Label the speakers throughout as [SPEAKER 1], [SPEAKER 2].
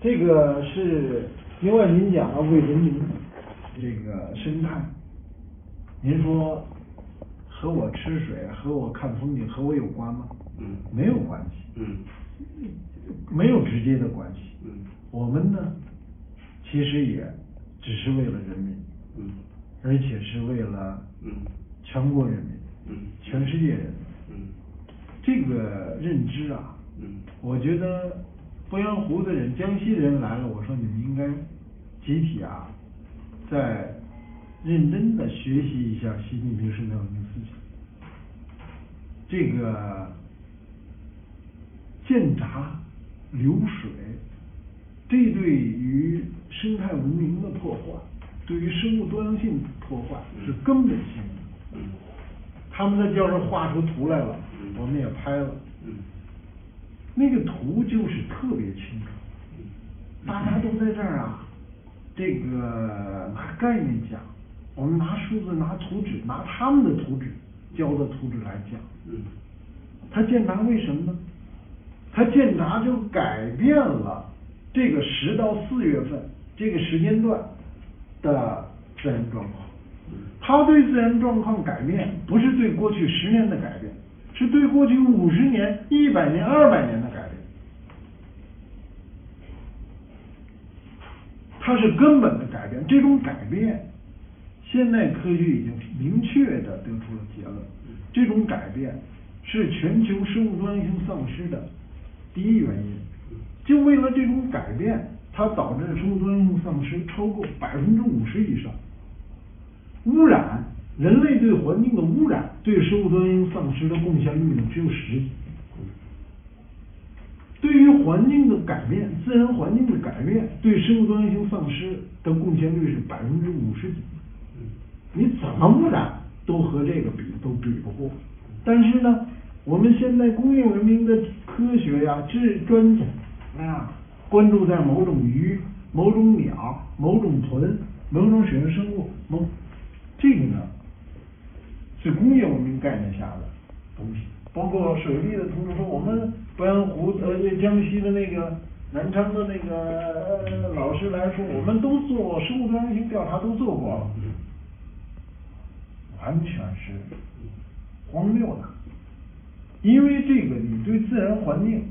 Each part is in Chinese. [SPEAKER 1] 这个是因为您讲到为人民这个生态，您说和我吃水、和我看风景、和我有关吗？
[SPEAKER 2] 嗯
[SPEAKER 1] 没有关系，
[SPEAKER 2] 嗯
[SPEAKER 1] 没有直接的关系。
[SPEAKER 2] 嗯
[SPEAKER 1] 我们呢，其实也只是为了人民，
[SPEAKER 2] 嗯
[SPEAKER 1] 而且是为了
[SPEAKER 2] 嗯
[SPEAKER 1] 全国人民、
[SPEAKER 2] 嗯
[SPEAKER 1] 全世界人民。
[SPEAKER 2] 嗯
[SPEAKER 1] 这个认知啊，
[SPEAKER 2] 嗯
[SPEAKER 1] 我觉得鄱阳湖的人、江西人来了，我说你们应该集体啊，再认真的学习一下习近平生产文明思想。这个建闸流水，这对于生态文明的破坏，对于生物多样性的破坏是根本性的。
[SPEAKER 2] 嗯
[SPEAKER 1] 他们的要是画出图来了
[SPEAKER 2] 嗯，
[SPEAKER 1] 我们也拍了。
[SPEAKER 2] 嗯
[SPEAKER 1] 那个图就是特别清楚，大家都在这儿啊，这个拿概念讲，我们拿数字、拿图纸、拿他们的图纸教的图纸来讲，
[SPEAKER 2] 嗯
[SPEAKER 1] 他建闸为什么呢？他建闸就改变了这个十到四月份这个时间段的自然状况。他对自然状况改变，不是对过去十年的改变，是对过去五十年、一百年、二百年的改变。它是根本的改变，这种改变，现代科学已经明确的得出了结论，这种改变是全球生物多样性丧失的第一原因。就为了这种改变，它导致生物多样性丧失超过百分之五十以上。污染，人类对环境的污染对生物多样性丧失的贡献率呢只有十。对于环境的改变，自然环境的改变对生物多样性丧失的贡献率是百分之五十几。你怎么污染都和这个比都比不过。但是呢，我们现在工业文明的科学呀、治专家啊，关注在某种鱼、某种鸟、某种豚、某种水生生物，某这个呢，是工业文明概念下的东西，包括水利的同志说，我们鄱阳湖呃那江西的那个南昌的那个、呃、老师来说，我们都做生物多样性调查都做过了，完全是荒谬的，因为这个你对自然环境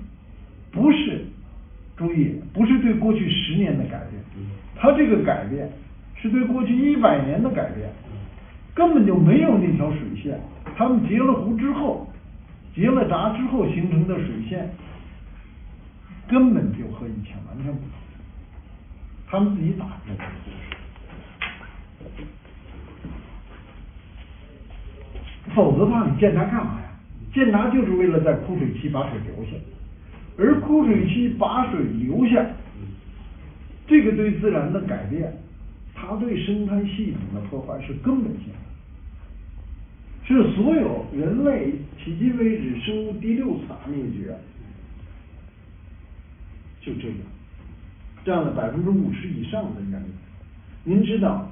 [SPEAKER 1] 不是注意，不是对过去十年的改变，它这个改变是对过去一百年的改变。根本就没有那条水线，他们截了湖之后，截了闸之后形成的水线，根本就和以前完全不同，他们自己打出来的。否则的话，你建闸干嘛呀？建闸就是为了在枯水期把水留下，而枯水期把水留下，这个对自然的改变，它对生态系统的破坏是根本性的，是所有人类迄今为止生物第六次大灭绝，就这个，占了百分之五十以上的原因。您知道，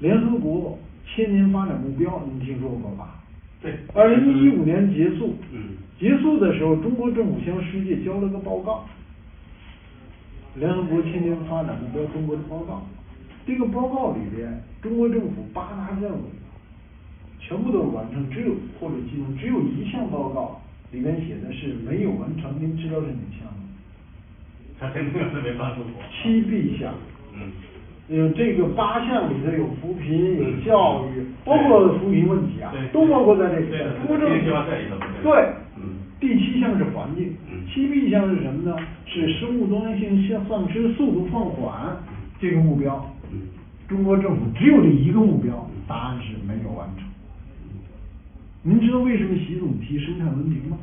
[SPEAKER 1] 联合国千年发展目标，您听说过吧？
[SPEAKER 2] 对
[SPEAKER 1] 二零一五年结束，
[SPEAKER 2] 嗯
[SPEAKER 1] 结束的时候，中国政府向世界交了个报告，联合国千年发展目标中国的报告。这个报告里边，中国政府八大任务全部都是完成，只有或者其中只有一项报告里面写的是没有完成。您知道是哪项吗？
[SPEAKER 2] 他真的没帮助我。
[SPEAKER 1] 七 B 项。
[SPEAKER 2] 嗯
[SPEAKER 1] 有这个八项里头有扶贫、有教育，包括扶贫问题啊
[SPEAKER 2] 嗯对，
[SPEAKER 1] 都包括在这里
[SPEAKER 2] 对
[SPEAKER 1] 面
[SPEAKER 2] 的。
[SPEAKER 1] 中国政
[SPEAKER 2] 这个计划在里头
[SPEAKER 1] 府
[SPEAKER 2] 对
[SPEAKER 1] 对
[SPEAKER 2] 嗯，
[SPEAKER 1] 第七项是环境
[SPEAKER 2] 嗯，
[SPEAKER 1] 七 B 项是什么呢？是生物多样性丧失速度放缓这个目标。
[SPEAKER 2] 嗯
[SPEAKER 1] 中国政府只有这一个目标，答案是没有完成。您知道为什么习总提生态文明吗？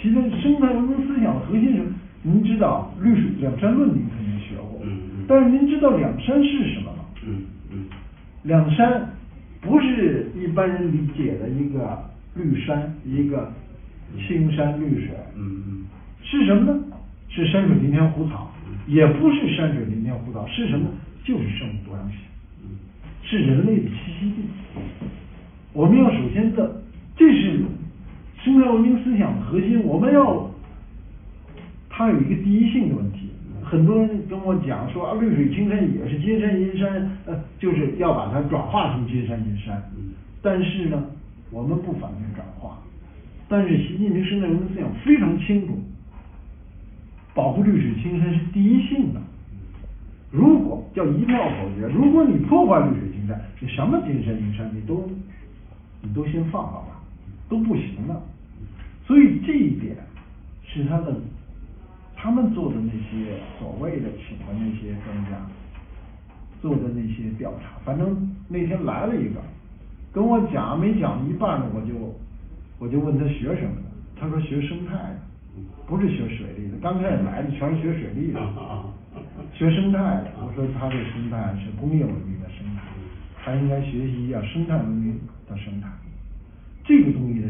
[SPEAKER 1] 习总生态文明思想的核心是什么？您知道《绿水两山论》您肯定学过，
[SPEAKER 2] 嗯嗯
[SPEAKER 1] 但是您知道两山是什么吗？
[SPEAKER 2] 嗯嗯
[SPEAKER 1] 两山不是一般人理解的一个绿山，一个青山绿水，
[SPEAKER 2] 嗯
[SPEAKER 1] 是什么呢？是山水林田湖草，也不是山水林田湖草，是什么？就是生物多样性，是人类的栖息地。我们要首先的，这是生态文明思想的核心，我们要它有一个第一性的问题，很多人跟我讲说啊，绿水青山也是金山银山，呃，就是要把它转化成金山银山
[SPEAKER 2] 嗯。
[SPEAKER 1] 但是呢，我们不反对转化，但是习近平生在人的思想非常清楚，保护绿水青山是第一性的。如果叫一票否决，如果你破坏绿水青山，你什么金山银山你都你都先放了吧，都不行了。所以这一点是他的，他们做的那些所谓的请的那些专家做的那些调查，反正那天来了一个，跟我讲没讲一半呢，我就我就问他学什么的，他说学生态的，不是学水利的，刚开始来的全是学水利的。学生态的，我说他这生态是工业文明的生态，他应该学习一下生态文明的生态，这个东西的